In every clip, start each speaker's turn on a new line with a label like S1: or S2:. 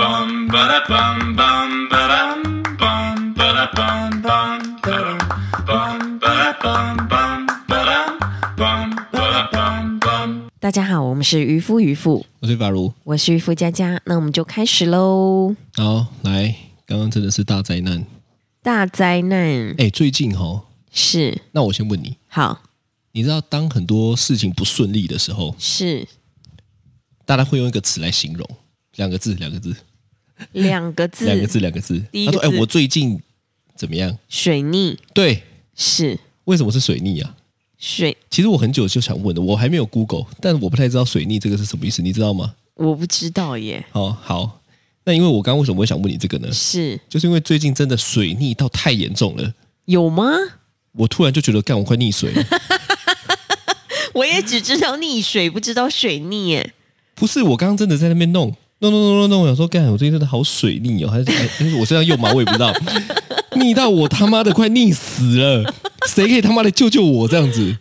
S1: bum ba da bum bum ba dum bum ba da bum bum ba dum bum ba da bum bum ba dum bum ba da bum bum.
S2: 大家好，我们是渔夫渔妇，
S3: 我是法如。
S2: 我是渔夫佳佳，那我们就开始喽。
S3: 好，来，刚刚真的是大灾难。
S2: 大灾难
S3: 哎，最近哈，
S2: 是
S3: 那我先问你，
S2: 好
S3: 你知道当很多事情不顺利的时候，
S2: 是
S3: 大家会用一个词来形容，两个字，两个字，
S2: 两个字，
S3: 两个字，两个字。
S2: 第一
S3: 他
S2: 个
S3: 说：“哎，
S2: 字
S3: 我最近怎么样
S2: 水逆？”
S3: 对，
S2: 是
S3: 为什么是水逆啊？
S2: 水，
S3: 其实我很久就想问的，我还没有 Google，但我不太知道水逆这个是什么意思，你知道吗？
S2: 我不知道耶，
S3: 哦，好，那因为我刚刚为什么会想问你这个呢？
S2: 是
S3: 就是因为最近真的水逆到太严重了，
S2: 有吗？
S3: 我突然就觉得干我快溺水了。
S2: 我也只知道溺水，不知道水逆耶。
S3: 不是，我刚刚真的在那边弄弄弄弄弄弄，我想说干，我最近真的好水逆哦，还是哎还是我身上又麻，我也不知道， 逆到我他妈的快溺死了，谁可以他妈的救救我这样子？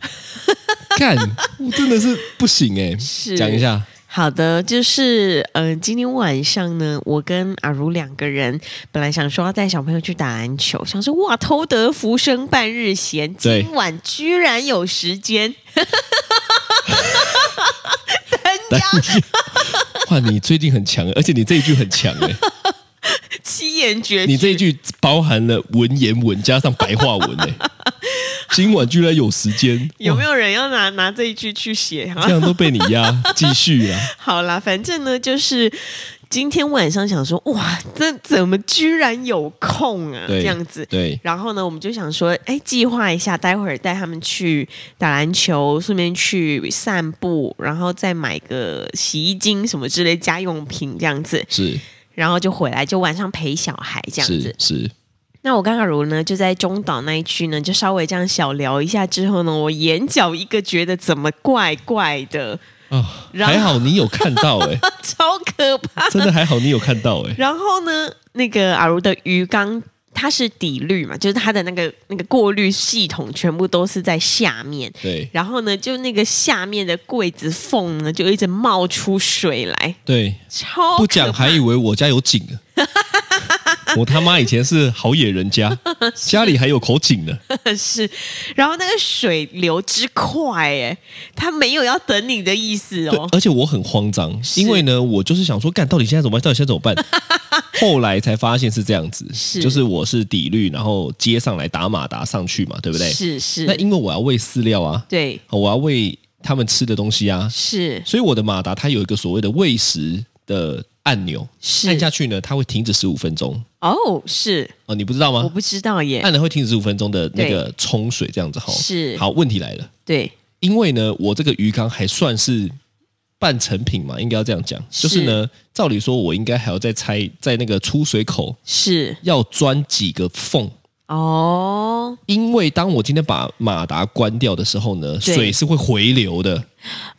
S3: 干，我真的是不行哎、
S2: 是
S3: 讲一下，
S2: 好的，就是嗯、呃今天晚上呢，我跟阿如两个人本来想说要带小朋友去打篮球，想说哇，偷得浮生半日闲，
S3: 对
S2: 今晚居然有时 间，
S3: 但是 哇，你最近很强，欸而且你这一句很强 哎、
S2: 七言绝句。
S3: 你这一句包含了文言文加上白话文哎、今晚居然有时间，
S2: 有没
S3: 有？
S2: 有人要拿拿这一句去写 哈、
S3: 这样都被你压，继续啊！
S2: 好啦，反正呢，就是今天晚上想说，哇，这怎么居然有空啊？
S3: 对
S2: 这样子。
S3: 对，
S2: 然后呢，我们就想说，哎，计划一下，待会儿带他们去打篮球，顺便去散步，然后再买个洗衣精什么之类家用品这样子，
S3: 是
S2: 然后就回来，就晚上陪小孩这样子
S3: 是。是，
S2: 那我跟阿如呢，就在中岛那一区呢，就稍微这样小聊一下之后呢，我眼角一个觉得怎么怪怪的，
S3: 啊，
S2: 然后
S3: 还好你有看到哎、
S2: 超可怕。
S3: 真的还好你有看到哎、
S2: 然后呢，那个阿如的鱼缸它是底滤嘛，就是它的那个那个过滤系统全部都是在下面。
S3: 对
S2: 然后呢，就那个下面的柜子缝呢，就一直冒出水来，
S3: 对，
S2: 超
S3: 不
S2: 可
S3: 讲
S2: 怕
S3: 还以为我家有井呢。 我他妈以前是好野人家，家里还有口井呢。
S2: 是。然后那个水流之快，哎，它没有要等你的意思
S3: 对
S2: 哦，，
S3: 而且我很慌张，因为呢，我就是想说，干到底现在怎么办？到底现在怎 么办？后来才发现是这样子，
S2: 是
S3: 就是我是底滤，然后接上来打马达上去嘛，对不对？
S2: 是
S3: 那
S2: 是，
S3: 因为我要喂饲料啊，
S2: 对，
S3: 我要喂他们吃的东西啊，
S2: 是
S3: 所以我的马达它有一个所谓的喂食的按钮，
S2: 是
S3: 按下去呢，它会停止十五分钟
S2: 哦，是，
S3: 哦，你不知道
S2: 我
S3: 吗？
S2: 不知道耶，
S3: 按了会停止十五分钟的那个冲水这样子哈。
S2: 是
S3: 好，问题来了，
S2: 对，
S3: 因为呢，我这个鱼缸还算是半成品嘛，应该要这样讲，
S2: 是
S3: 就是呢，照理说我应该还要再拆，在那个出水口
S2: 是
S3: 要钻几个缝。
S2: 哦，
S3: 因为当我今天把马达关掉的时候呢，
S2: 对
S3: 水是会回流的。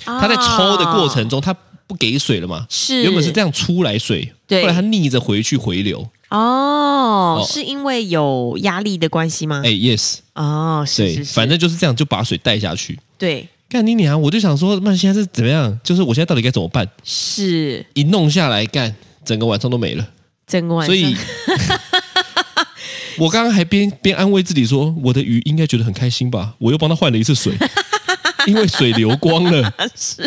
S3: 它
S2: 它
S3: 在抽的过程中，它不给水了嘛？
S2: 啊是
S3: 原本是这样出来水，
S2: 对
S3: 后来它逆着回去回流。
S2: 哦
S3: 哦，
S2: 是因为有压力的关系吗
S3: 哎、？y e s
S2: 哦，是
S3: 对，
S2: 是是，
S3: 反正就是这样，就把水带下去。
S2: 对
S3: 干你娘！我就想说，那现在是怎么样？就是我现在到底该怎么办？
S2: 是
S3: 一弄下来，干整个晚上都没了。
S2: 整个晚
S3: 所
S2: 上，
S3: 以，我刚刚还边边安慰自己说，我的鱼应该觉得很开心吧？我又帮他换了一 次水，因为水流光了，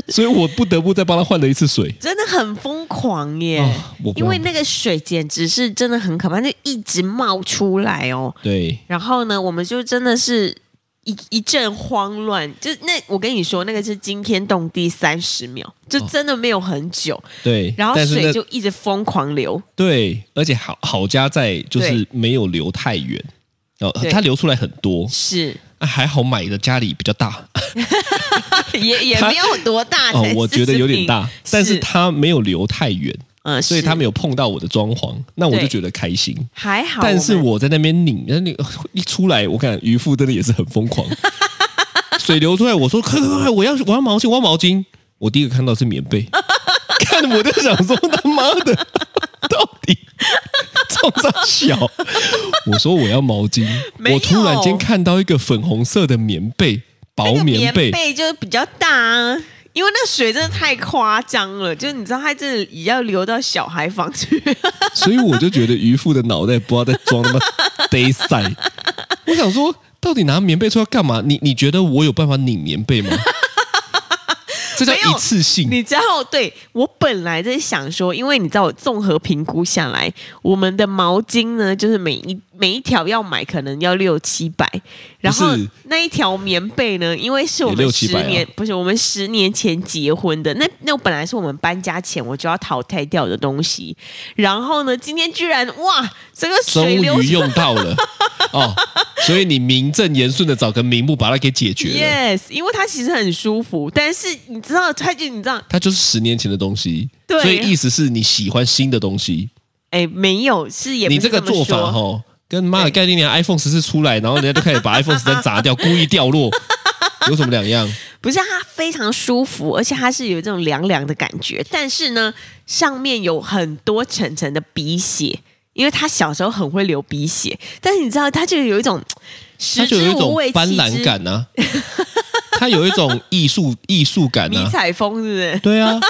S3: 所以我不得不再帮他换了一次水。
S2: 真的很疯狂耶。
S3: 啊我不
S2: 因为那个水简直是真的很可怕，就一直冒出来哦。
S3: 对
S2: 然后呢，我们就真的是一一阵慌乱。就那我跟你说，那个是惊天动地三十秒，就真的没有很久。
S3: 对，
S2: 然后
S3: 但是
S2: 水
S3: 那
S2: 就一直疯狂流，
S3: 对，而且好好家在就是
S2: 对
S3: 没有流太远，哦
S2: 对，
S3: 它流出来很多，
S2: 是
S3: 啊、还好买的家里比较大
S2: 啊 也也没有多大
S3: 哦
S2: 才40米，，
S3: 我觉得有点大，但是
S2: 是
S3: 它没有流太远，
S2: 嗯，
S3: 所以
S2: 是
S3: 它没有碰到我的装潢，那我就
S2: 对
S3: 觉得开心。
S2: 还好们，
S3: 但是我在那边拧，那你一出来，我看渔夫真的也是很 疯狂，水流出来，我说快快快，我要我要毛巾，我要毛巾。我第一个看到是棉 被，看我就想说他妈的，到底冲上小？我说我要毛巾，
S2: 没有
S3: 我突然间看到一个粉红色的棉被，薄
S2: 那个
S3: 棉被，
S2: 被就是比较大啊，因为那水真的太夸张了，就是你知道，它真的也要流到小孩房去。
S3: 所以我就觉得渔夫的脑袋不知道在装什么 day 赛。我想说，到底拿棉被出来干嘛？你你觉得我有办法拧棉 被吗？这叫
S2: 没有
S3: 一次性。
S2: 你知道，对我本来在想说，因为你知道，我综合评估下来，我们的毛巾呢，就是每一每一条要买可能要六七百，然后
S3: 不是
S2: 那一条棉被呢，因为是我
S3: 也
S2: 们
S3: 六
S2: 十
S3: 七百啊
S2: 年不是我们十年前结婚的，那那本来是我们搬家前我就要淘汰掉的东西，然后呢，今天居然哇，这个
S3: 终
S2: 水流
S3: 于用到了哦，所以你名正言顺的找个名目把它给解决了。
S2: Yes，因为它其实很舒服，但是你知道，它就你知道，
S3: 它就是十年前的东西，
S2: 对
S3: 所以意思是你喜欢新的东西。
S2: 哎，没有是也不
S3: 你
S2: 是
S3: 这个
S2: 么
S3: 做法
S2: 说
S3: 哈、跟妈的概念连 iPhone 十四出来，然后人家就开始把 iPhone 十三砸掉，故意掉 落，有什么两样？
S2: 不是它非常舒服，而且它是有这种凉凉的感觉，但是呢，上面有很多层层的鼻血，因为他小时候很会流鼻血，但是你知道，他就有一种
S3: 它
S2: 食
S3: 就
S2: 之
S3: 有一
S2: 无
S3: 种
S2: 味，
S3: 斑
S2: 弃之
S3: 斓感啊， 它有一种艺术艺术感
S2: 迷
S3: 啊，
S2: 彩风是不是？
S3: 对 啊，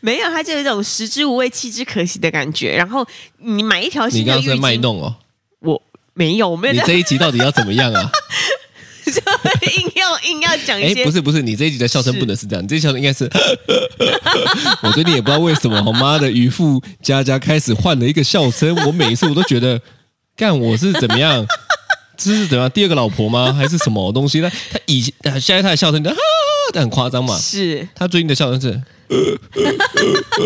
S2: 没有，它就有一种食之无味，弃之可惜的感觉。然后你买一条
S3: 你
S2: 新
S3: 刚
S2: 的
S3: 刚
S2: 浴
S3: 是在卖
S2: 巾，
S3: 弄哦，
S2: 我没有，我没有
S3: 你
S2: 在
S3: 这一集到底要怎么 样啊？
S2: 硬要硬要讲一
S3: 哎，
S2: 些
S3: 不是不是，你这一集的笑声
S2: 是
S3: 不能是这样，你这一集笑声应该是， 我最近也不知道为什么，我妈的渔夫佳佳开始换了一个笑声，我每一次我都觉得，干我是怎么样， 这是怎么样第二个老婆吗？还是什么东西？那她以前现在她的笑 声，你知道啊，但很夸张嘛，
S2: 是
S3: 他最近的笑声是，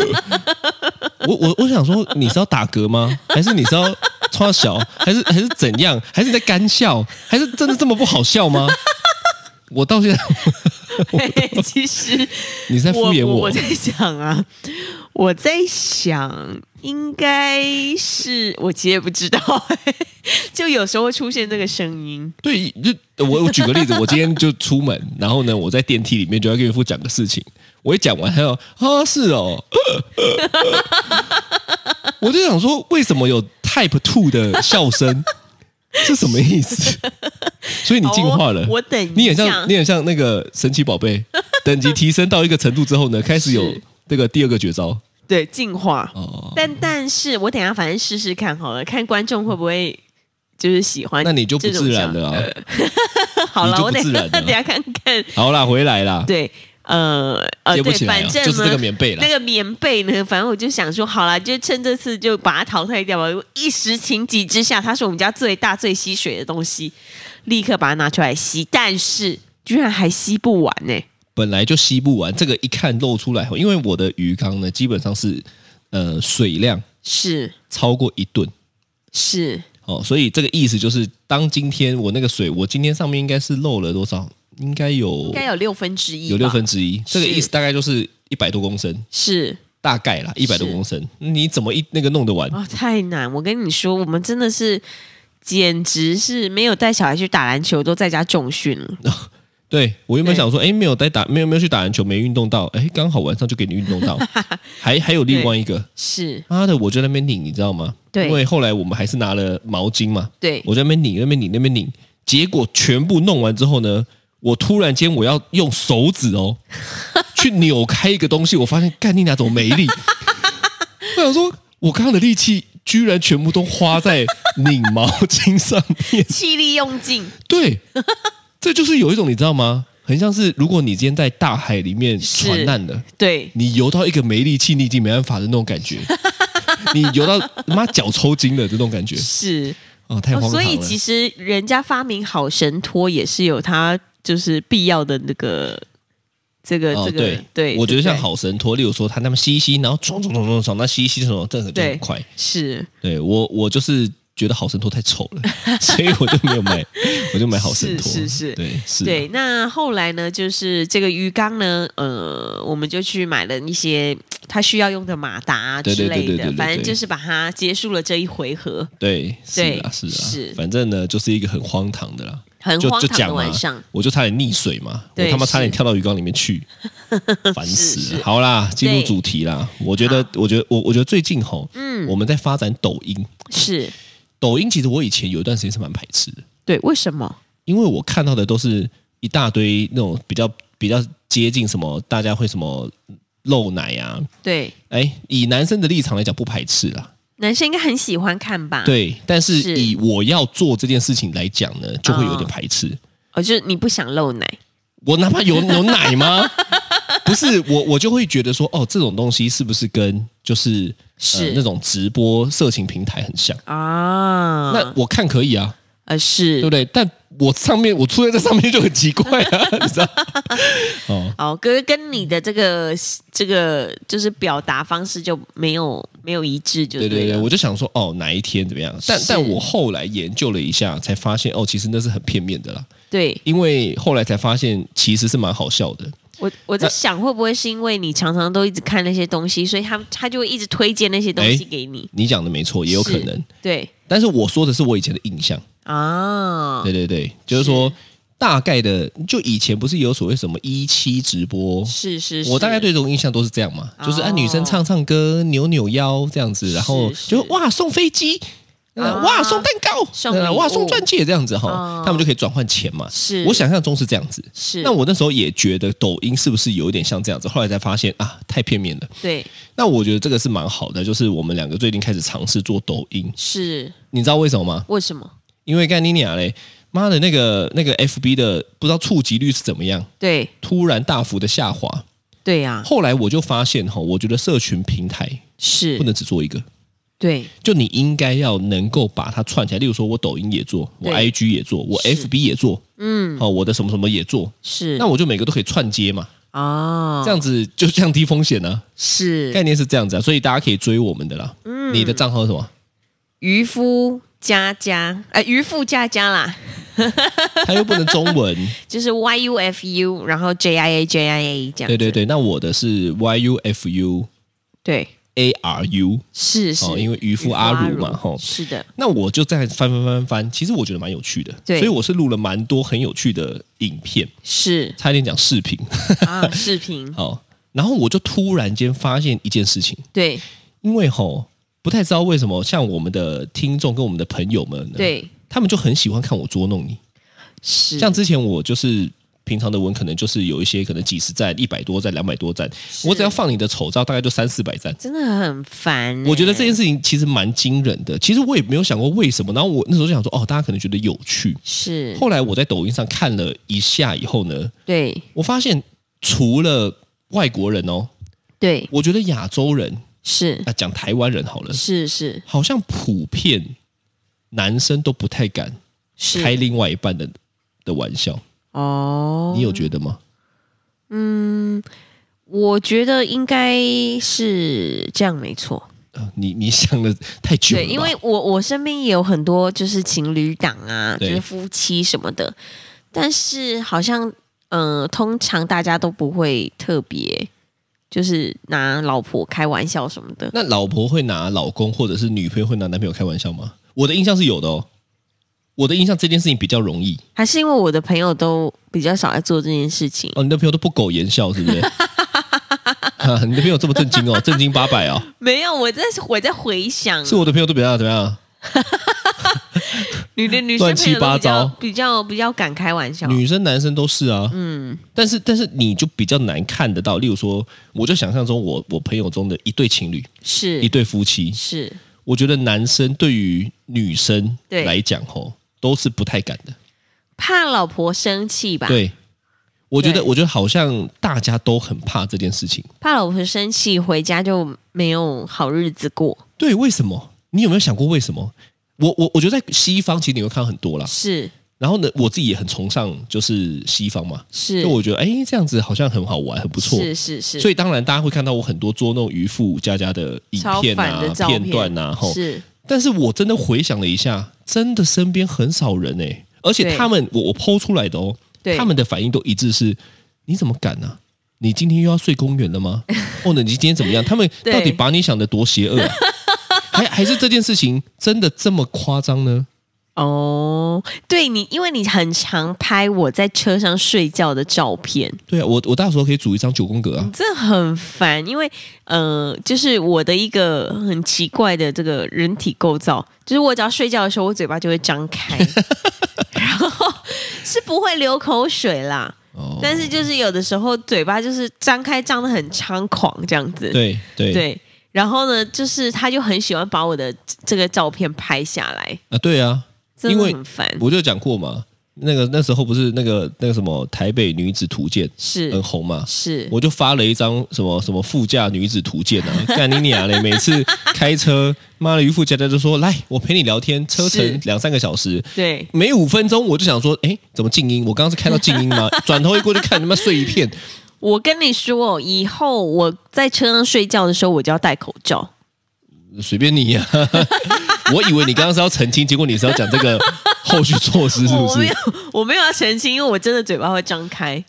S3: 我我我想说，你是要打嗝吗？还是你是要穿小？还是还是怎样？还是你在干笑？还是真的这么不好笑吗？我到现在，
S2: 对，其实
S3: 你是在敷衍
S2: 我
S3: 我
S2: 在想啊，我在想，应该是我其实也不知道、 就有时候会出现这个声音。
S3: 对，就我我举个例子，我今天就出门，然后呢，我在电梯里面就要跟孕妇讲个事情，我一讲完，他说啊是哦， 我就想说，为什么有 Type Two 的笑声？是什么意思？所以你进化了，
S2: 哦好我我等一下
S3: 嗯你很像你很像那个神奇 宝贝，等级提升到一个程度之后呢，开始有
S2: 是
S3: 这个第二个绝招
S2: 对，进化。
S3: 哦。
S2: 但但是我等一下反正试试看好了，看观众会不会就是喜欢。
S3: 那你就不自然。了啊！
S2: 好
S3: 你
S2: 了，
S3: 就不
S2: 我等一
S3: 自
S2: 下
S3: 然了
S2: 等一下看看。
S3: 好啦，回来啦，
S2: 对，呃呃，
S3: 接不
S2: 对，
S3: 起来
S2: 反
S3: 啊
S2: 正呢
S3: 就是这个棉被啦
S2: 那个棉被呢，反正我就想说，好啦，就趁这次就把它淘汰掉吧。一时情急之下，它是我们家最大最吸水的东西，立刻把它拿出来吸，但是居然还吸不完呢、
S3: 本来就吸不完，这个一看露出来，因为我的鱼缸呢，基本上是呃水量
S2: 是
S3: 超过一吨
S2: 是，
S3: 哦，所以这个意思就是，当今天我那个水，我今天上面应该是漏了多少？应该有
S2: 应该有六分之一吧，
S3: 有六分之一，这个
S2: 是
S3: 意思大概就是一百多公升，
S2: 是
S3: 大概啦，一百多
S2: 是
S3: 公升，你怎么一那个弄得完？
S2: 哦，太难！我跟你说，我们真的是。简直是没有带小孩去打篮球，都在家重训了。
S3: 对我原本
S2: 对
S3: 想说，哎，没有在打，没有没有去打篮球，没运动到，哎，刚好晚上就给你运动 到，还还有另外一个，
S2: 是，
S3: 妈的，我就在那边拧，你知道吗？
S2: 对
S3: 因为后来我们还是拿了毛巾嘛，
S2: 对，
S3: 我在那边拧，那边拧，那边拧，结果全部弄完之后呢，我突然间我要用手 指哦去扭开一个东西，我发现干你俩怎么没 力？我想说，我刚刚的力气居然全部都花在拧毛巾上面，
S2: 气力用尽，
S3: 对， 这就是有一种你知道吗？很像是如果你今天在大海里面
S2: 是
S3: 船难了。
S2: 对，
S3: 你游到一个没力气，你已经没办法的那种 感觉，你游到妈脚抽筋了的那种感觉，
S2: 是。
S3: 哦，太荒
S2: 哦、
S3: 唐了。
S2: 所以其实人家发明好神拖也是有它就是必要的那个这个、
S3: 哦，
S2: 这个对，
S3: 我觉
S2: 对
S3: 得像
S2: 不对
S3: 好神拖，例如说他那么吸一吸，然后冲冲冲冲冲，那吸一吸什么，这个就
S2: 对
S3: 很快。
S2: 是
S3: 对我，我就是觉得好神拖太丑 了，所以我就没有买，我就买好神拖。
S2: 是是是
S3: 对是。啊
S2: 对。那后来呢，就是这个鱼缸呢，呃，我们就去买了一些它需要用的马达啊
S3: 对
S2: 之
S3: 对对
S2: 类
S3: 对对
S2: 的，
S3: 对
S2: 反正
S3: 对
S2: 就是把它结束了这一回合，
S3: 对，是
S2: 对
S3: 啦，是啦，啊
S2: 是
S3: 反正呢，就是一个很荒唐的啦，
S2: 很
S3: 就
S2: 荒
S3: 就
S2: 唐
S3: 讲
S2: 的
S3: 嘛
S2: 晚上。
S3: 我就差点溺水嘛，我
S2: 对
S3: 他妈差点
S2: 是
S3: 跳到鱼缸里面去， 烦
S2: 是
S3: 死
S2: 是
S3: 了。好啦，进入
S2: 对
S3: 主题啦，我觉得，我觉得，我我觉得最近吼，
S2: 嗯
S3: 我们在发展抖音，
S2: 是
S3: 抖音其实我以前有一段时间是蛮排斥的，
S2: 对，为什么？
S3: 因为我看到的都是一大堆那种比较比较接近什么，大家会什么露奶啊？
S2: 对，
S3: 哎，以男生的立场来讲，不排斥啦。
S2: 男生应该很喜欢看吧？，
S3: 对，但是
S2: 啊是
S3: 以我要做这件事情来讲呢，就会有点排斥。
S2: 哦，就是你不想露奶，
S3: 我哪怕有有奶吗？ 不是我，我就会觉得说，哦，这种东西是不是跟就是
S2: 是
S3: 呃、那种直播色情平台很像？
S2: 啊，
S3: 那我看可以啊，
S2: 呃
S3: 对不
S2: 是
S3: 对？但我上面我出现在上面就很奇怪啊，你知道？哦，
S2: 哦，哥跟你的这个这个就是表达方式就没有没有一致就
S3: 对对
S2: 对
S3: 对，
S2: 了，
S3: 我就想说，哦，哪一天怎么样？但
S2: 是
S3: 但我后来研究了一下，才发现，哦，其实那是很片面的啦。
S2: 对
S3: 因为后来才发现，其实是蛮好笑的。
S2: 我我在
S3: 那
S2: 想会不会是因为你常常都一直看那些东西，所以他他就会一直推荐那些东西
S3: 哎
S2: 给你，
S3: 你讲的没错，也有可
S2: 是
S3: 能。
S2: 对
S3: 但是我说的是我以前的印象。
S2: 啊，
S3: 对对对，就是说大概的，就以前不是有所谓什么一期直播。
S2: 是是是，
S3: 我大概对这种印象都是这样嘛，就是啊，
S2: 哦
S3: 女生唱唱歌、扭扭腰这样子，然后
S2: 是
S3: 就哇送飞机，呃
S2: 啊
S3: 哇送蛋糕，呃
S2: 送礼物
S3: 哇送钻戒这样子哈
S2: 哦，
S3: 他们就可以转换钱嘛。
S2: 是
S3: 我想象中是这样子，
S2: 是
S3: 那我那时候也觉得抖音是不是有一点像这样子，后来才发现啊，太片面了。
S2: 对
S3: 那我觉得这个是蛮好的，就是我们两个最近开始尝试做抖音，
S2: 是
S3: 你知道为什么吗？
S2: 为什么？
S3: 因为干你娘嘞，妈的那个那个 FB 的不知道触及率是怎么样，
S2: 对
S3: 突然大幅的下滑。
S2: 对啊呀、
S3: 后来我就发现哈，我觉得社群平台
S2: 是
S3: 不能只做一个，
S2: 对
S3: 就你应该要能够把它串起来。例如说，我抖音也做，我
S2: 对
S3: IG 也做，我
S2: 是
S3: FB 也做，嗯，哦，我的什么什么也做，
S2: 是
S3: 那我就每个都可以串接嘛，
S2: 哦，
S3: 这样子就降低风险呢、
S2: 是
S3: 概念是这样子啊，所以大家可以追我们的啦。嗯，你的账号是什么？
S2: 渔夫佳佳，呃，渔夫佳佳啦，
S3: 他又不能中 文，
S2: 就是 Y U F U，然后 J I A J I A 这样子。
S3: 对对对。那我的是 Y U F U
S2: 对，
S3: A R U，
S2: 是是、
S3: 哦，因为渔
S2: 渔
S3: 夫阿
S2: 如
S3: 嘛，哈、
S2: 是的，
S3: 那我就在翻翻翻翻，其实我觉得蛮有趣的，
S2: 对
S3: 所以我是录了蛮多很有趣的影片，
S2: 是
S3: 差一点讲视频，
S2: 啊，视频
S3: 好、哦然后我就突然间发现一件事情，
S2: 对
S3: 因为吼、不太知道为什么，像我们的听众跟我们的朋友们，，
S2: 对
S3: 他们就很喜欢看我捉弄你，
S2: 是，
S3: 像之前我就是。平常的文可能就是有一些可能几十赞、一百多赞、两百多赞，我只要放你的丑照，大概就三四百赞。
S2: 真的很烦欸、
S3: 我觉得这件事情其实蛮惊人的。其实我也没有想过为什么。然后我那时候就想说，哦，大家可能觉得有趣。
S2: 是
S3: 后来我在抖音上看了一下以后呢，
S2: 对
S3: 我发现除了外国人哦，
S2: 对
S3: 我觉得亚洲人
S2: 是
S3: 啊，讲台湾人好了，
S2: 是是
S3: 好像普遍男生都不太敢
S2: 是
S3: 开另外一半的的玩笑。
S2: 哦，
S3: 你有觉得吗？
S2: 我觉得应该是这样没错。
S3: 啊你你想的太久了
S2: 对，
S3: 吧，
S2: 因为我我身边也有很多就是情侣档啊，就
S3: 对
S2: 是夫妻什么的，但是好像嗯、呃通常大家都不会特别就是拿老婆开玩笑什么的。
S3: 那老婆会拿老公或者是女朋友会拿男朋友开玩笑吗？我的印象是有的哦。我的印象这件事情比较容易
S2: 还是因为我的朋友都比较少在做这件事情，
S3: 哦，你的朋友都不苟言笑，是不是？啊、你的朋友这么震惊哦，震惊八百哦，
S2: 没有，我在我在回想
S3: 是我的朋友都比较怎么样？
S2: 女的女生
S3: 乱
S2: 朋
S3: 七
S2: 友都
S3: 八
S2: 比较
S3: 糟
S2: 比较比较敢开玩笑，
S3: 女生男生都是啊，嗯。但是但是你就比较难看得到，例如说，我就想象中我我朋友中的一对情侣，一
S2: 是
S3: 对夫妻，
S2: 是
S3: 我觉得男生对于女生
S2: 对
S3: 来讲吼，都是不太敢的。
S2: 怕老婆生气吧？
S3: 对，我觉得
S2: 对
S3: 我觉得好像大家都很怕这件事情。
S2: 怕老婆生气回家就没有好日子过，
S3: 对，为什么？你有没有想过为什么？我我我觉得在西方其实你会看到很多啦。
S2: 是
S3: 然后呢，我自己也很崇尚就是西方嘛，
S2: 是
S3: 就我觉得哎这样子好像很好玩，很不错。
S2: 是是是，
S3: 所
S2: 以
S3: 以当然大家会看到我很多捉弄渔夫家家的影
S2: 超
S3: 片
S2: 反的
S3: 啊、
S2: 照
S3: 片段啊，吼。
S2: 是
S3: 但是我真的回想了一下，真的身边很少人哎、而且
S2: 对
S3: 他们我我剖出来的哦，
S2: 对
S3: 他们的反应都一致是：你怎么敢呢、啊？你今天又要睡公园 了吗？或者你今天怎么样？他们
S2: 对
S3: 到底把你想的多邪 恶、啊？还还是这件事情真的这么夸张呢？
S2: 哦，对你，因为你很常拍我在车上睡觉的照片，
S3: 对啊，我我到时候可以组一张九宫格啊。
S2: 这很烦，因为呃，就是我的一个很奇怪的这个人体构造，就是我只要睡觉的时候，我嘴 巴就会张开，然后是不会流口水啦。
S3: 哦，
S2: 但是就是有的时候嘴巴就是张开张的很猖狂这样子，
S3: 对对
S2: 对然后呢，就是他就很喜欢把我的这个照片拍下来，
S3: 啊，对啊，
S2: 真
S3: 因
S2: 的
S3: 为
S2: 很烦。
S3: 我就讲过嘛，那个那时候不是那个那个什么台北女子图鉴
S2: 是
S3: 很红嘛，
S2: 是，
S3: 我就发了一张什么什么副驾女子图鉴啊，干你娘嘞！每次开车，妈的渔夫家家就说来，我陪你聊天，车
S2: 是
S3: 程两三个小时。
S2: 对
S3: 每五分钟我就想说，哎，怎么静音？我刚刚是开到静音吗？转头一过去看，他妈碎一片。
S2: 我跟你说，以后我在车上睡觉的时候，我就要戴口罩。
S3: 随便你呀、 我以为你刚刚是要澄清，结果你是要讲这个后续措施，是不
S2: 我没
S3: 是
S2: 有？，我没有要澄清，因为我真的嘴巴会张开，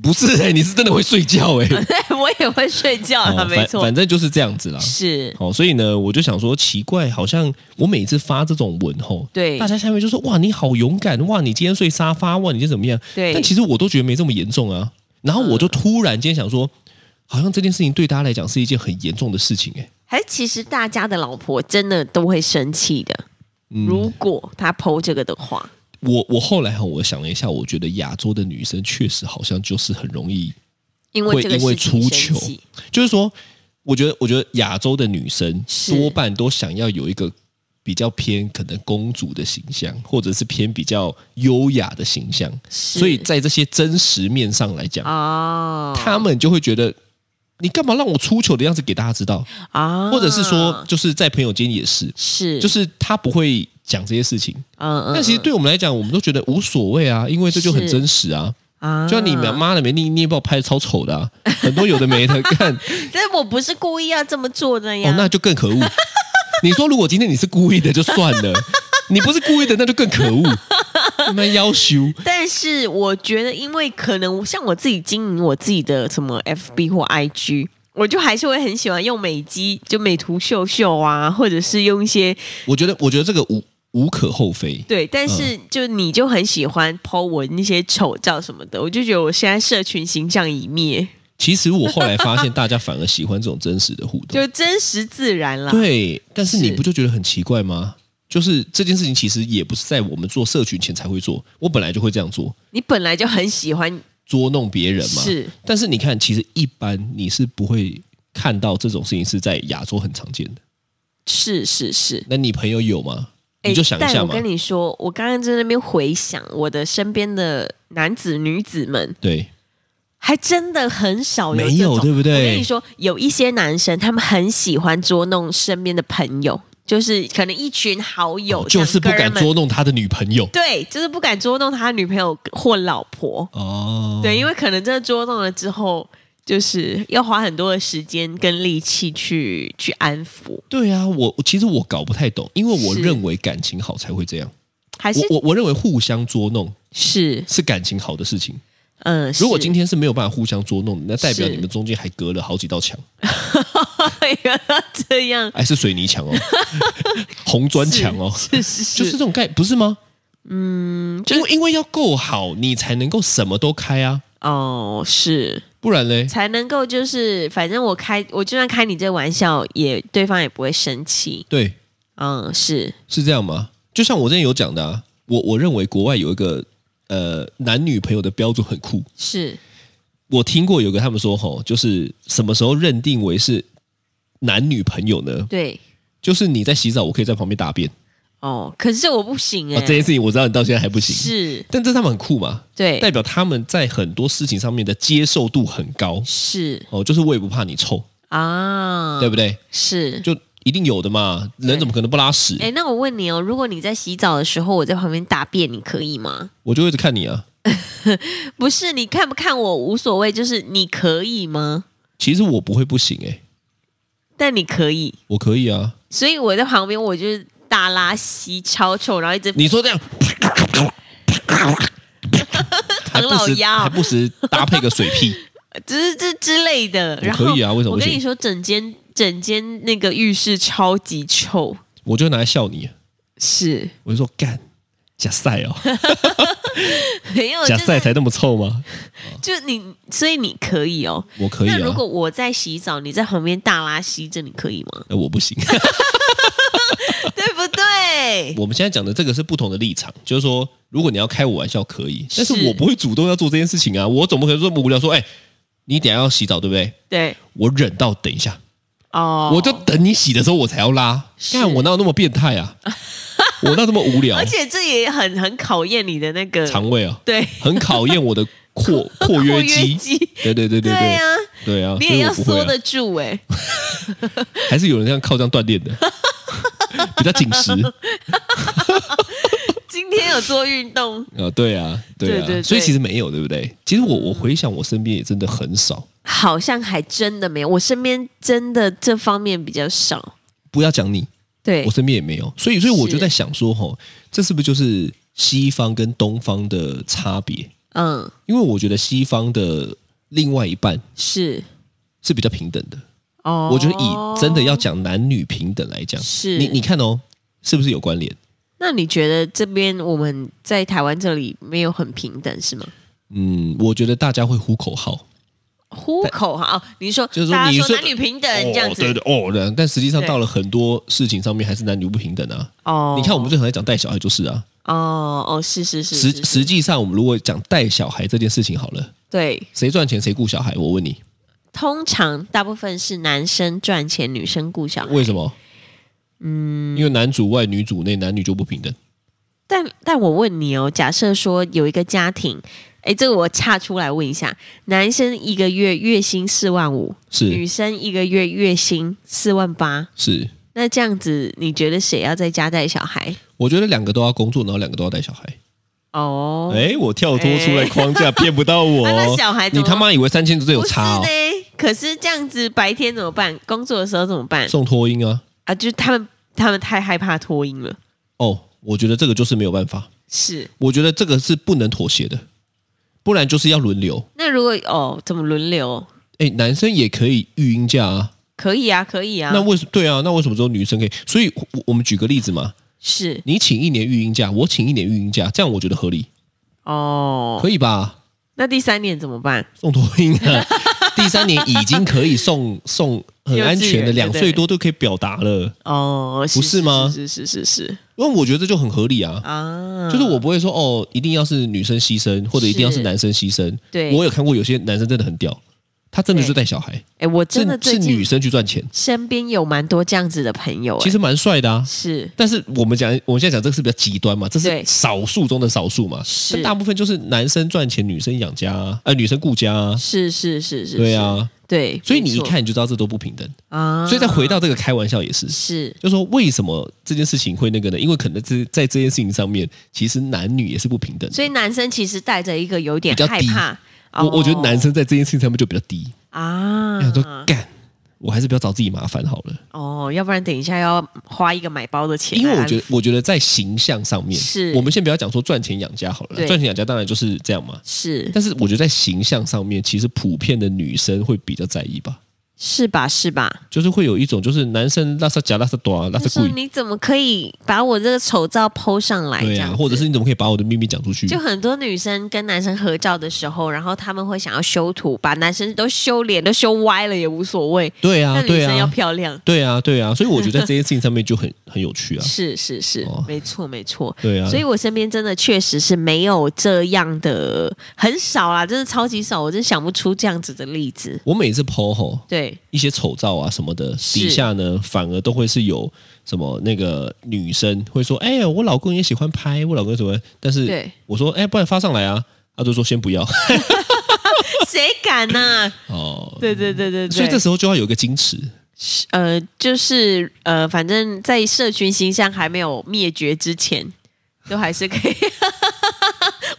S3: 不是哎、你是真的会睡觉哎、
S2: 对 我也会睡觉
S3: 哦
S2: 啊， 没
S3: 反
S2: 错
S3: 反，正就是这样子啦。
S2: 是
S3: 哦，所以呢，我就想说，奇怪，好像我每次发这种文后，
S2: 对
S3: 大家下面就说哇，你好勇敢，哇，你今天睡沙发，哇，你今天怎么样？
S2: 对嗯
S3: 但其实我都觉得没这么严重啊。然后我就突然间想说，好像这件事情对大家来讲是一件很严重的事情、欸，哎，
S2: 还是其实大家的老婆真的都会生气的。嗯如果她剖这个的话，
S3: 我我后来哈，我想了一下，我觉得亚洲的女生确实好像就是很容易，
S2: 因
S3: 会
S2: 为这个
S3: 因为
S2: 事情
S3: 出
S2: 生
S3: 糗
S2: 气，
S3: 就是说，我觉得我觉得亚洲的女生
S2: 是
S3: 多半都想要有一个。比较偏可能公主的形象，或者是偏比较优雅的形象，
S2: 所
S3: 所以在这些真实面上来讲，
S2: 哦，
S3: 他们就会觉得你干嘛让我出糗的样子给大家知道，
S2: 啊，
S3: 或者是说，就是在朋友间也是，
S2: 是
S3: 就是他不会讲这些事情。
S2: 嗯嗯，
S3: 但其实对我们来讲，我们都觉得无所谓啊，因为这就很
S2: 是
S3: 真实啊。
S2: 啊，
S3: 就像你们妈的没你，你也把我拍的超丑的啊，很多有的没的， 看
S2: 但我不是故意要这么做的呀。
S3: 哦，那就更可恶。 你说如果今天你是故意的就算了，你不是故意的那就更可恶，他妈要羞。
S2: 但是我觉得，因为可能像我自己经营我自己的什么 FB 或 IG，我就还是会很喜欢用美肌，就美图秀秀啊，或者是用一些
S3: 我觉得，我觉得这个无无可厚非。
S2: 对。但是
S3: 嗯
S2: 就你就很喜欢 po 我那些丑照什么的，我就觉得我现在社群形象已灭，
S3: 其实我后来发现，大家反而喜欢这种真实的互动。
S2: 就真实自然啦。
S3: 对，但是你
S2: 是
S3: 不就觉得很奇怪吗？就是这件事情其实也不是在我们做社群前才会做，我本来就会这样做，
S2: 你本来就很喜欢，
S3: 捉弄别人嘛。
S2: 是，
S3: 但是你看，其实一般你是不会看到这种事情是在亚洲很常见的。
S2: 是是是。
S3: 那你朋友有吗？
S2: 哎
S3: 你就想一下
S2: 但我
S3: 嘛。
S2: 跟你说，我刚刚在那边回想我的身边的男子女子们，
S3: 对，
S2: 还真的很少有
S3: 没
S2: 这
S3: 有
S2: 种
S3: 对不对
S2: 我跟你说，有一些男生他们很喜欢捉弄身边的朋友，就是可能一群好友，
S3: 哦就是不敢
S2: 这样哥们
S3: 捉，弄他的女朋友。
S2: 对，就是不敢捉弄他女朋友或老婆，
S3: 哦，
S2: 对，因为可能真的捉弄了之后。就是要花很多的时间跟力气去去安抚，
S3: 对啊，我我其实我搞不太懂，因为我
S2: 是
S3: 认为感情好才会这样。
S2: 还是
S3: 我我我认为互相捉弄
S2: 是
S3: 是感情好的事情。
S2: 嗯，
S3: 如果今
S2: 天
S3: 天是没有办法互相捉弄，那代表
S2: 是
S3: 你们中间还隔了好几道墙，
S2: 哎这样
S3: 还是水泥 墙哦，红砖墙哦，
S2: 是是是，
S3: 就是这种概，不是吗？嗯，因为因为要够好，你才能够什么都开啊，
S2: 哦是，
S3: 不然嘞，
S2: 才能够就是，反正我开，我就算开你这玩笑，也对方也不会生气。
S3: 对，
S2: 嗯，是
S3: 是这样吗？就像我之前有讲的、啊，我我认为国外有一个呃男女朋友的标准很酷，
S2: 是，
S3: 我听过有个他们说吼，就是什么时候认定为是男女朋友呢？
S2: 对
S3: 就是你在洗澡，我可以在旁边大便
S2: 哦。可是我不行哎、
S3: 啊，这件事情我知道你到现在还不行，
S2: 是，
S3: 但这他们很酷嘛，代
S2: 对，
S3: 表他们在很多事情上面的接受度很高
S2: 是
S3: 哦，就是我也不怕你臭，
S2: 啊，
S3: 对不对？
S2: 是。
S3: 就一定有的嘛，人怎么可能不拉屎？
S2: 哎，那我问你哦，如果你在洗澡的时候，我在旁边大便，你可以吗？
S3: 我就会一直看你啊。
S2: 不是，你看不看我无所谓，就是你可以吗？
S3: 其实我不会不行哎、
S2: 但你可以，
S3: 我可以啊。
S2: 所以我在旁边，我就是大拉稀、超臭，然后一直
S3: 你 说这样，还不
S2: 唐老
S3: 时
S2: 鸭哦
S3: 还不时搭配个水 屁，
S2: 之之之类的。然后
S3: 可以啊为什么
S2: 我
S3: 不
S2: 跟
S3: 行
S2: 你说，整间整间那个浴室超级臭，
S3: 我就拿来笑你。
S2: 是
S3: 我就说干。假赛哦，
S2: 没有
S3: 假
S2: 就是
S3: 赛才那么臭吗？
S2: 就你，所以你可以哦。
S3: 我可以
S2: 那如
S3: 啊，？
S2: 果我在洗澡，你在旁边大拉稀，这你可以吗
S3: 呃我不行。
S2: 对不对？对，
S3: 我们现在讲的这个是不同的立场，就是说，如果你要开我玩笑可以，但
S2: 是
S3: 是我不会主动要做这件事情啊，我总不可能说无聊说，哎、你等一下要洗澡对不对？
S2: 对，
S3: 我忍到等一下，
S2: 哦，
S3: 我就等你洗的时候我才要拉。
S2: 是
S3: 看我哪有那么变 态啊？我哪有这么无聊
S2: 而？且这也很很考验你的那个
S3: 肠胃啊，
S2: 对
S3: 很考验我的 括括约肌。
S2: 肌，
S3: 对对对对
S2: 对
S3: 对
S2: 啊，
S3: 对啊，
S2: 你
S3: 所
S2: 也
S3: 以
S2: 要
S3: 我不会
S2: 缩
S3: 啊
S2: 得住哎、
S3: 还是有人这样靠这样锻 炼的，比较紧实
S2: 今天有做运动，
S3: 啊。对啊，对
S2: 对对对嗯
S3: 啊，所以其实没有，对不对？其实我我回想我身边也真的很少。
S2: 好像还真的没有，我身边真的这方面比较少。
S3: 不要讲你，
S2: 对
S3: 我，身边也没有，所以所以我
S2: 是
S3: 就在想说，吼，这是不是就是西方跟东方的差别？
S2: 嗯，
S3: 因为我觉得西方的另外一半
S2: 是
S3: 是比较平等的。
S2: 哦，
S3: 我觉得以真的要讲男女平等来讲，
S2: 是
S3: 你你看哦，是不是有关联？
S2: 那你觉得这边我们在台湾这里没有很平等是吗？
S3: 嗯，我觉得大家会呼口号，
S2: 呼口号，哦你说
S3: 就是说
S2: 大家
S3: 你
S2: 说
S3: 是
S2: 男女平等嗯这样
S3: 哦，
S2: 子
S3: 对对哦，对但实际上
S2: 对
S3: 到了很多事情上面还是男女不平等啊。
S2: 哦
S3: 你看我们最常在讲带小孩就是啊，
S2: 哦哦是是是
S3: 实
S2: 是是
S3: 实际上我们如果讲带小孩这件事情好了，
S2: 对，
S3: 谁赚钱谁顾小孩？我问你，
S2: 通常大部分是男生赚钱，女生顾小孩。
S3: 为什么？嗯，因为男主外女主内，男女就不平等。
S2: 但但我问你哦，假设说有一个家庭，哎，这个我岔出来问一下，男生一个月月薪四万五，女
S3: 是
S2: 生一个月月薪四万八，
S3: 是，
S2: 那这样子你觉得谁要在家带小孩？
S3: 我觉得两个都要工作，然后两个都要带小孩。
S2: 哦，
S3: 哎、我跳脱出来框 架，骗不到我哦
S2: 啊那小孩怎
S3: 你
S2: 么
S3: 他妈以为三千真的有
S2: 不是
S3: 差哦？
S2: 呢，可是这样子白天怎么办？工作的时候怎么办？
S3: 送托婴啊？
S2: 啊，就是他们他们太害怕脱音了，
S3: 哦，我觉得这个就是没有办法，
S2: 是。
S3: 我觉得这个是不能妥协的，不然就是要轮流。
S2: 那如果哦，怎么轮流？
S3: 哎，男生也可以育婴假啊，
S2: 可以啊，可以啊，
S3: 那为什对啊？那为什么只有女生可以？所以，我我们举个例子嘛，
S2: 是
S3: 你请一年育婴假，我请一年育婴假，这样我觉得合理，
S2: 哦。
S3: 可以吧？
S2: 那第三年怎么办？
S3: 送托婴 啊，第三年已经可以送送很安全
S2: 幼稚
S3: 的，
S2: 园
S3: 两岁多就可以表达了。
S2: 哦，
S3: 不是吗
S2: 是是是是是
S3: 因为我觉得这就很合理啊，
S2: 啊，
S3: 就是我不会说哦，一定要是女生牺牲，或者一定要是
S2: 是
S3: 男生牺牲。
S2: 对
S3: 我有看过有些男生真的很屌，他真的就带小孩，
S2: 哎，我
S3: 是
S2: 真的最
S3: 是女
S2: 近
S3: 生去赚钱，
S2: 身边有蛮多这样子的朋友，哎
S3: 其实蛮帅的啊。
S2: 是
S3: 但是我们讲，我们现在讲这个是比较极端嘛，这是
S2: 对
S3: 少数中的少数嘛。
S2: 是
S3: 但大部分就是男生赚钱，女生养家啊，呃，女生顾家啊，
S2: 是是是是，
S3: 对啊。
S2: 是，对，
S3: 所以你
S2: 没
S3: 一
S2: 错
S3: 看你就知道这都不平等。
S2: 啊，
S3: 所以再回到这个开玩笑也是，
S2: 是
S3: 就说为什么这件事情会那个呢？因为可能这在这件事情上面，其实男女也是不平等的。
S2: 所以男生其实带着一个有点
S3: 比较
S2: 害
S3: 低
S2: 怕。
S3: 我我觉得
S2: 哦
S3: 男生在哎这件事情上面就比较低，
S2: 啊，
S3: 想说干，我还是不要找自己麻烦好了。
S2: 哦，要不然等一下要花一个买包的钱
S3: 因
S2: 来安抚，
S3: 为我觉得，我觉得在形象上面，
S2: 是
S3: 我们先不要讲说赚钱养家好了啦，
S2: 对
S3: 赚钱养家当然就是这样嘛。
S2: 是
S3: 但是我觉得在形象上面，其实普遍的女生会比较在意吧，
S2: 是吧是吧？
S3: 就是会有一种就是男生拉萨假拉萨短拉
S2: 他
S3: 萨
S2: 说
S3: 贵，
S2: 你怎么可以把我这个丑照 PO 上来？这
S3: 对
S2: 样
S3: 啊，
S2: 子
S3: 或者是你怎么可以把我的秘密讲出去？
S2: 就很多女生跟男生合照的时候，然后他们会想要修图，把男生都修脸都修歪了也无所谓，
S3: 对
S2: 那
S3: 啊，
S2: 女
S3: 对
S2: 生要
S3: 啊，
S2: 漂亮。
S3: 对啊，对 啊，所以我觉得在这件事情上面就很很有趣啊，
S2: 是是是，
S3: 哦
S2: 没错没错。
S3: 对啊，
S2: 所以我身边真的确实是没有这样的，很少啦，真的超级少，我真想不出这样子的例子。
S3: 我每次 PO 吼，
S2: 对，
S3: 一些丑照啊什么的，
S2: 是
S3: 底下呢反而都会是有什么那个女生会说：“哎、呀，我老公也喜欢拍，我老公什么？”但是
S2: 对
S3: 我说：“哎、不然发上来啊。”他就说：“先不要。
S2: 谁敢呐、”
S3: 哦，
S2: 对对对对对，
S3: 所以这时候就要有一个矜持，
S2: 呃，就是呃，反正在社群形象还没有灭绝之前，都还是 可以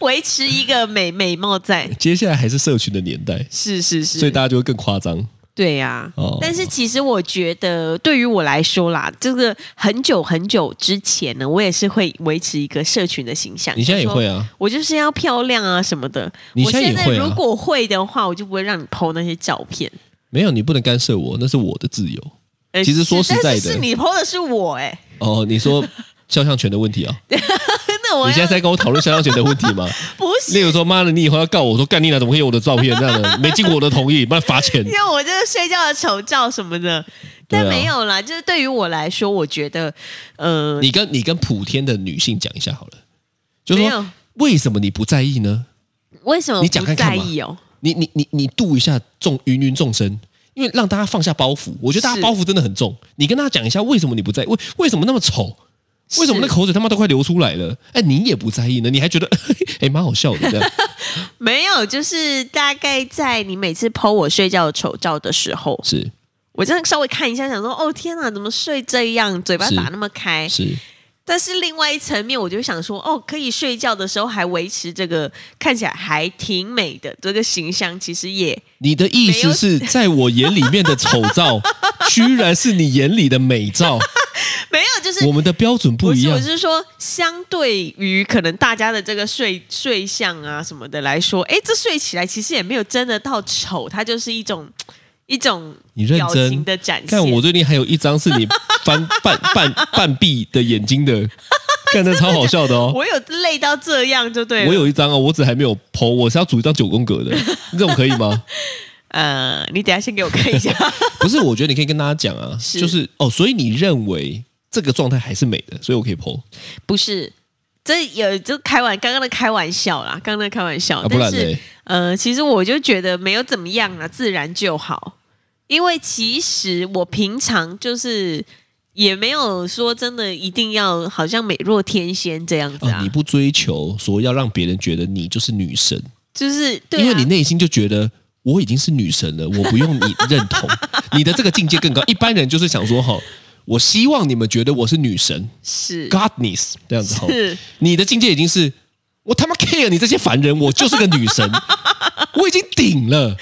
S2: 维持一个美美貌在。
S3: 接下来还是社群的年代，
S2: 是是是，
S3: 所以大家就会更夸张
S2: 对呀、
S3: 哦。
S2: 但是其实我觉得，对于我来说啦，这个很久很久之前呢，我也是会维持一个社群的形象。
S3: 你现在也
S2: 就说
S3: 会啊？
S2: 我就是要漂亮啊什么的。
S3: 你
S2: 我
S3: 现在
S2: 现
S3: 也会啊
S2: 如果会的话，我就不会让你 PO 那些照片。
S3: 没有，你不能干涉我，那是我的自由。
S2: 呃
S3: 其实说
S2: 是
S3: 实在
S2: 但
S3: 的
S2: 是是你 PO 的是我哎、
S3: 哦，你说肖像权的问题啊？
S2: 那我
S3: 你
S2: 要
S3: 现在在跟我讨论肖像权的问题吗？
S2: 不 是
S3: 例如说，妈的，你以后要告我说，干你俩怎么 会有我的照片这样的？没经过我的同意，不然罚钱。
S2: 因为我这个睡觉的丑照什么的，但
S3: 对啊
S2: 没有啦，就是对于我来说，我觉得，呃，
S3: 你跟你跟普天的女性讲一下好了，就
S2: 没
S3: 说
S2: 有
S3: 为什么你不在意呢？
S2: 为什么
S3: 你讲
S2: 不
S3: 看看
S2: 在
S3: 嘛
S2: 意哦？
S3: 你你你你度一下众芸芸众生，因为让大家放下包袱。我觉得大家
S2: 是
S3: 包袱真的很重。你跟大家讲一下为什么你不在意，为为什么那么丑，为什么那
S2: 是
S3: 口水他妈都快流出来了？哎，你也不在意呢，你还觉得 哎蛮好笑的这样？
S2: 没有，就是大概在你每次剖我睡觉的丑照的时候，
S3: 是
S2: 我真的稍微看一下，想说，哦天哪，怎么睡这样，嘴巴
S3: 是
S2: 打那么开？
S3: 是，
S2: 但是另外一层面，我就想说，哦，可以睡觉的时候还维持这个看起来还挺美的这个形象，其实也
S3: 你的意
S2: 没
S3: 思
S2: 有
S3: 是在我眼里面的丑 照，居然是你眼里的美照？
S2: 没有，就是
S3: 我们的标准不
S2: 不
S3: 一
S2: 是，我
S3: 样。
S2: 是说，相对于可能大家的这个睡睡相啊什么的来说，哎，这睡起来其实也没有真的到丑，它就是一种一种
S3: 你认
S2: 表
S3: 真
S2: 情的展现。
S3: 看我最近还有一张是你翻 半半半闭的眼 睛的，看这超好笑的哦。
S2: 我有累到这样就对了。
S3: 我有一张啊，我只还没有剖，我是要组一张九宫格 的，你这种可以吗？
S2: 呃，你等一下先给我看一下。
S3: 不是，我觉得你可以跟大家讲啊，
S2: 是
S3: 就是哦，所以你认为这个状态还是美的，所以我可以剖
S2: 不是，这有就开玩刚刚的开玩笑啦，刚刚的开玩笑。
S3: 啊，不
S2: 但
S3: 然
S2: 是
S3: 呢？
S2: 呃，其实我就觉得没有怎么样啦，自然就好。因为其实我平常就是也没有说真的一定要好像美若天仙这样子啊，
S3: 啊，你不追求说要让别人觉得你就是女神，
S2: 就是对、啊、
S3: 因为你内心就觉得。我已经是女神了，我不用你认同， 你的这个境界更高。一般人就是想说哈，我希望你们觉得我是女神，
S2: 是
S3: Godness 这样子吼，
S2: 是
S3: 你的境界已经是我他妈 care 你这些凡人，我就是个女神， 我已经顶了，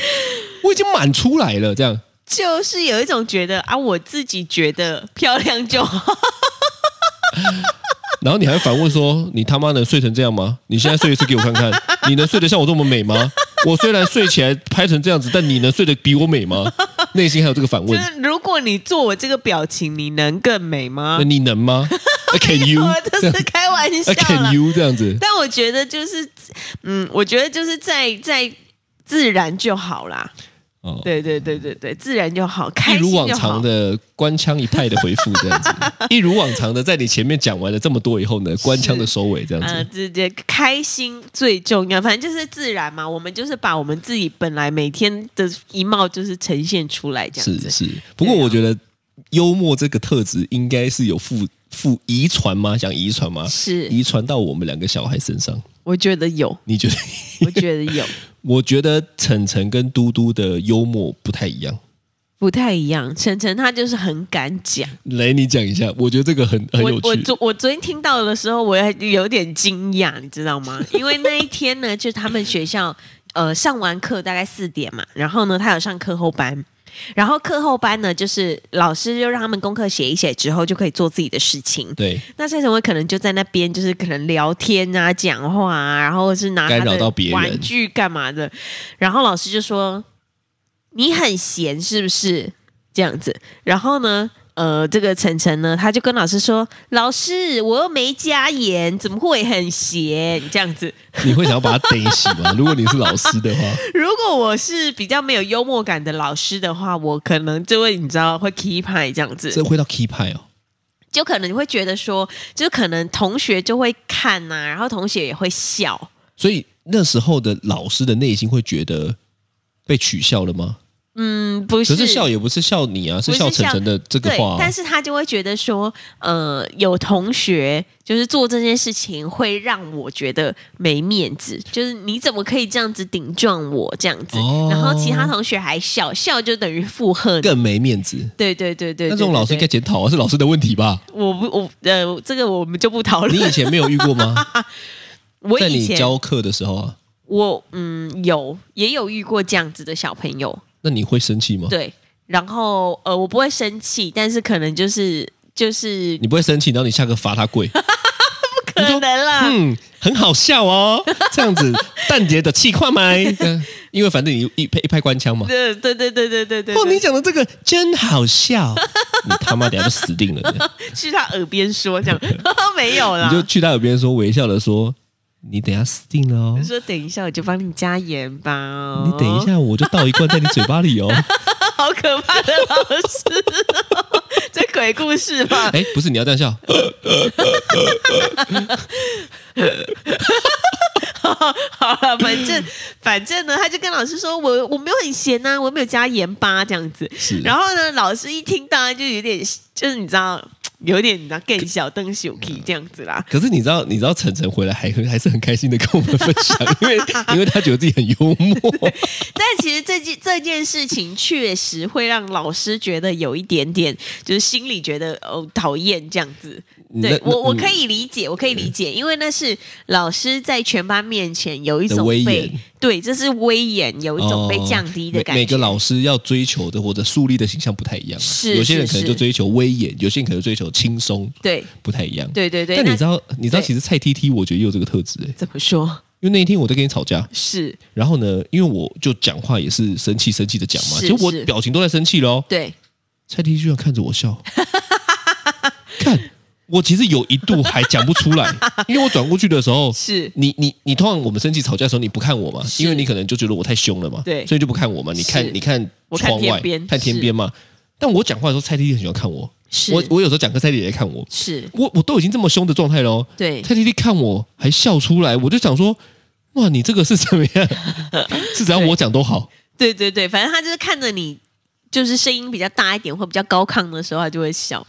S3: 我已经满出来了，这样
S2: 就是有一种觉得啊，我自己觉得漂亮就好，
S3: 然后你还会反问说：“你他妈能睡成这样吗？你现在睡一次给我看 看，你能睡得像我这么美吗？我虽然睡起来拍成这样子，但你能睡得比我美吗？”内心还有这个反
S2: 就
S3: 问，
S2: 是 如果你做我这个表情，你能更美吗
S3: 那？你能吗 ？Can you？呃
S2: 我这 是开玩笑啦
S3: Can。you 这样子？
S2: 但我觉得就是，嗯，我觉得就是在在自然就好啦。
S3: 哦，
S2: 对对对对对，自然就好，
S3: 一
S2: 开心
S3: 如往
S2: 就好
S3: 常。的官腔一派的回复，这 样子，一如往常的，在你前面讲完了这么多以后呢，官腔的收尾，这样
S2: 呃，
S3: 子，
S2: 直接开心最重要，反正就是自然嘛。我们就是把我们自己本来每天的一貌就是呈现出来，这样
S3: 是啊
S2: 子。啊
S3: 是。不过我觉得幽默这个特质应该是有附附遗传吗？想遗传吗？
S2: 是
S3: 遗传到我们两个小孩身上，
S2: 我觉得有，
S3: 你觉得？
S2: 我觉得有，
S3: 我觉得晨晨跟嘟嘟的幽默不太一样。
S2: 不太一样。晨晨他就是很敢讲，
S3: 来，你讲一下，我觉得这个很很
S2: 我
S3: 有
S2: 我
S3: 趣。
S2: 昨我昨天听到的时候，我还有点惊讶，你知道吗？因为那一天呢，就是他们学校呃上完课大概四点嘛，然后呢，他有上课后班。然后课后班呢，就是老师就让他们功课写一写之后，就可以做自己的事情。
S3: 对，
S2: 那蔡成威可能就在那边，就是可能聊天啊、讲话啊，然后是拿他
S3: 干扰到别
S2: 的
S3: 人
S2: 玩具干嘛的。然后老师就说：“你很闲是不是？”这样子。然后呢，呃，这个晨晨呢，他就跟老师说：“老师，我又没加盐，怎么会很闲？”这样子。
S3: 你会想要把它逮起 吗？如果你是老师的话，
S2: 如果我是比较没有幽默感的老师的话，我可能就会你知道会 keep 派这样子。
S3: 这会到 key 派哦。
S2: 就可能你会觉得说，就可能同学就会看呐、然后同学也会笑，
S3: 所以那时候的老师的内心会觉得被取笑了吗？
S2: 嗯，不是
S3: 可是笑也不是笑你啊，
S2: 不
S3: 是
S2: 是
S3: 笑晨晨的这个
S2: 对
S3: 话、，啊
S2: 但是他就会觉得说，呃，有同学就是做这件事情会让我觉得没面子，就是你怎么可以这样子顶撞我这样子，
S3: 哦
S2: 然后其他同学还笑，笑就等于附和你，
S3: 更没面子。
S2: 对对对对，
S3: 那这种老师应
S2: 对
S3: 该
S2: 对
S3: 检讨啊，是 老师的问 题吧？
S2: 我不我呃这个我们就不讨
S3: 你
S2: 论，
S3: 以前没有遇过吗？
S2: 我
S3: 在
S2: 以
S3: 你
S2: 前
S3: 教课的时候啊，
S2: 我嗯有也有遇过这样子的小朋友，
S3: 那你会生气吗？
S2: 对，然后呃，我不会生气，但是可能就是就是
S3: 你不会生气，然后你下课罚 他跪。
S2: 可能啦，
S3: 嗯，很好笑哦，这样 子蛋姐的气话麦，嗯因为反正你一拍一拍官腔嘛。
S2: 对对对对对对对，
S3: 哦，你
S2: 对
S3: 讲的这个真好 笑，你他妈等下就死定了，你
S2: 去他耳边说这样， 没有啦，
S3: 就去他耳边说微笑的说，你等下死定了哦
S2: 我， 说等一下我就帮你加盐吧、哦，
S3: 你等一，下我就倒一罐在你嘴巴里哦，
S2: 好可怕的老师、哦， 这鬼故事吧？
S3: 哎，不是，你要这样笑，
S2: 好了，反正反正呢，他就跟老师说，我我没有很咸呐、我没有加盐巴这样子。
S3: 是
S2: 然后呢，老师一听到就有点，就是你知道，有点你知道更小灯小 key 这样子啦。
S3: 可是你知道，你知道晨晨回来还还是很开心的跟我们分享，因为 因为他觉得自己很幽默，
S2: 但其实这件这件事情确实会让老师觉得有一点点，就是心里觉得哦讨厌这样子。对
S3: 那
S2: 我，我
S3: 嗯
S2: 可以理解，我可以理解，因为那是老师在全班面前有一
S3: 的
S2: 种
S3: 威
S2: 被
S3: 严
S2: 对，这是威严， 有一种被
S3: 哦
S2: 降低的感觉。
S3: 每每个老师要追求的或者树立的形象不太一样啊，
S2: 是
S3: 有些人
S2: 是
S3: 可能
S2: 是
S3: 就追求威严，有些人可能追求轻松，
S2: 对
S3: 不太一样。
S2: 对对对，
S3: 但
S2: 那
S3: 你知道，你知道，
S2: 对
S3: 其实蔡 T T 我觉得也有这个特质、欸，
S2: 怎么说？
S3: 因为那一天我在跟你吵架，
S2: 是
S3: 然后呢，因为我就讲话也是生气生气的讲嘛，
S2: 是
S3: 结果
S2: 是
S3: 我表情都在生气喽。
S2: 对，
S3: 蔡 T 居然看着 我笑，看我其实有一度还讲不出来，因为我转过去的时候，
S2: 是
S3: 你你你通常我们生气吵架的时候，你不看我嘛，
S2: 是
S3: 因为你可能就觉得我太凶了嘛，
S2: 对
S3: 所以就不看我嘛。你
S2: 是
S3: 看你看
S2: 我看
S3: 窗外
S2: 天边
S3: 看天边嘛。但我讲话的时候，蔡 T T 很喜欢看我，
S2: 是
S3: 我我有时候讲课，蔡 T T 也看我，
S2: 是，
S3: 我我都已经这么凶的状态喽，
S2: 对
S3: 蔡 T T 看我还笑出来，我就想说，哇，你这个是怎么 样？是只要我讲都好，
S2: 对对对，反正他就是看着你，就是声音比较大一点或比较高亢的时候，他就会笑。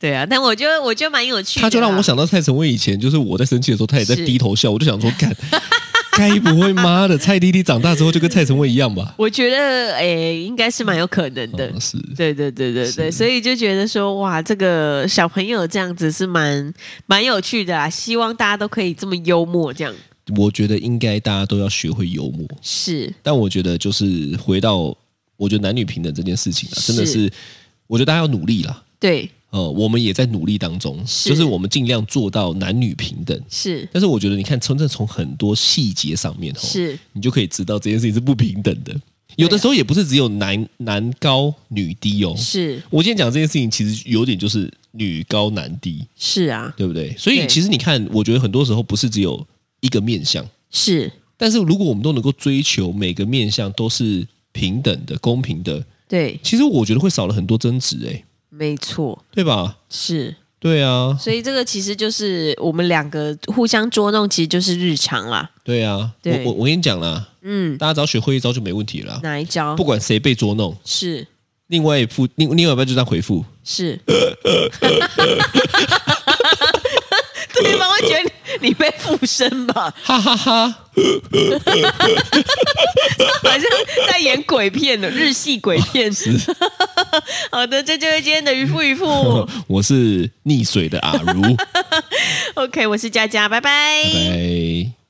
S2: 对啊，但我觉得我觉得蛮有趣的啦，
S3: 哦他就让我想到蔡成威以前，就是我在生气的时候，他也在
S2: 是
S3: 低头笑，我就想说，干， 该不会妈的蔡 T T 长大之后就跟蔡成威一样吧？
S2: 我觉得诶，应该是蛮有可能的。
S3: 嗯是
S2: 对对对对对，
S3: 是
S2: 所以就觉得说，哇，这个小朋友这样子是蛮蛮有趣的啦。希望大家都可以这么幽默，这样
S3: 我觉得应该大家都要学会幽默。
S2: 是
S3: 但我觉得就是回到，我觉得男女平等这件事情啊，
S2: 是
S3: 真的是，我觉得大家要努力啦。
S2: 对，
S3: 呃，我们也在努力当中，
S2: 是
S3: 就是我们尽量做到男女平等。
S2: 是
S3: 但是我觉得，你看，真正从很多细节上面哦，
S2: 是
S3: 你就可以知道这件事情是不平等的。有的时候也不是只有男男高女低哦。
S2: 是
S3: 我今天讲这件事情，其实有点就是女高男低，
S2: 是啊，
S3: 对不对？所以
S2: 对
S3: 其实你看，我觉得很多时候不是只有一个面向，
S2: 是
S3: 但是如果我们都能够追求每个面向都是平等的、公平的，
S2: 对，
S3: 其实我觉得会少了很多争执，哎，
S2: 没错，
S3: 对吧？
S2: 是。
S3: 对啊，
S2: 所以这个其实就是我们两个互相捉弄，其实就是日常啦。
S3: 对啊，
S2: 对
S3: 我我我跟你讲啦，
S2: 嗯，
S3: 大家只要学会一招就没问题了啦。
S2: 哪一招
S3: 不？管谁被捉弄，
S2: 是
S3: 另外一副另另外一半就这样回复，
S2: 是，对方会觉得你你被附身 吧？
S3: 哈哈哈
S2: 好像在演鬼片呢，日系鬼片。 好的，这就是今天的渔夫渔夫。
S3: 我是溺水的阿如，拜
S2: OK，我是佳佳，拜拜
S3: 拜。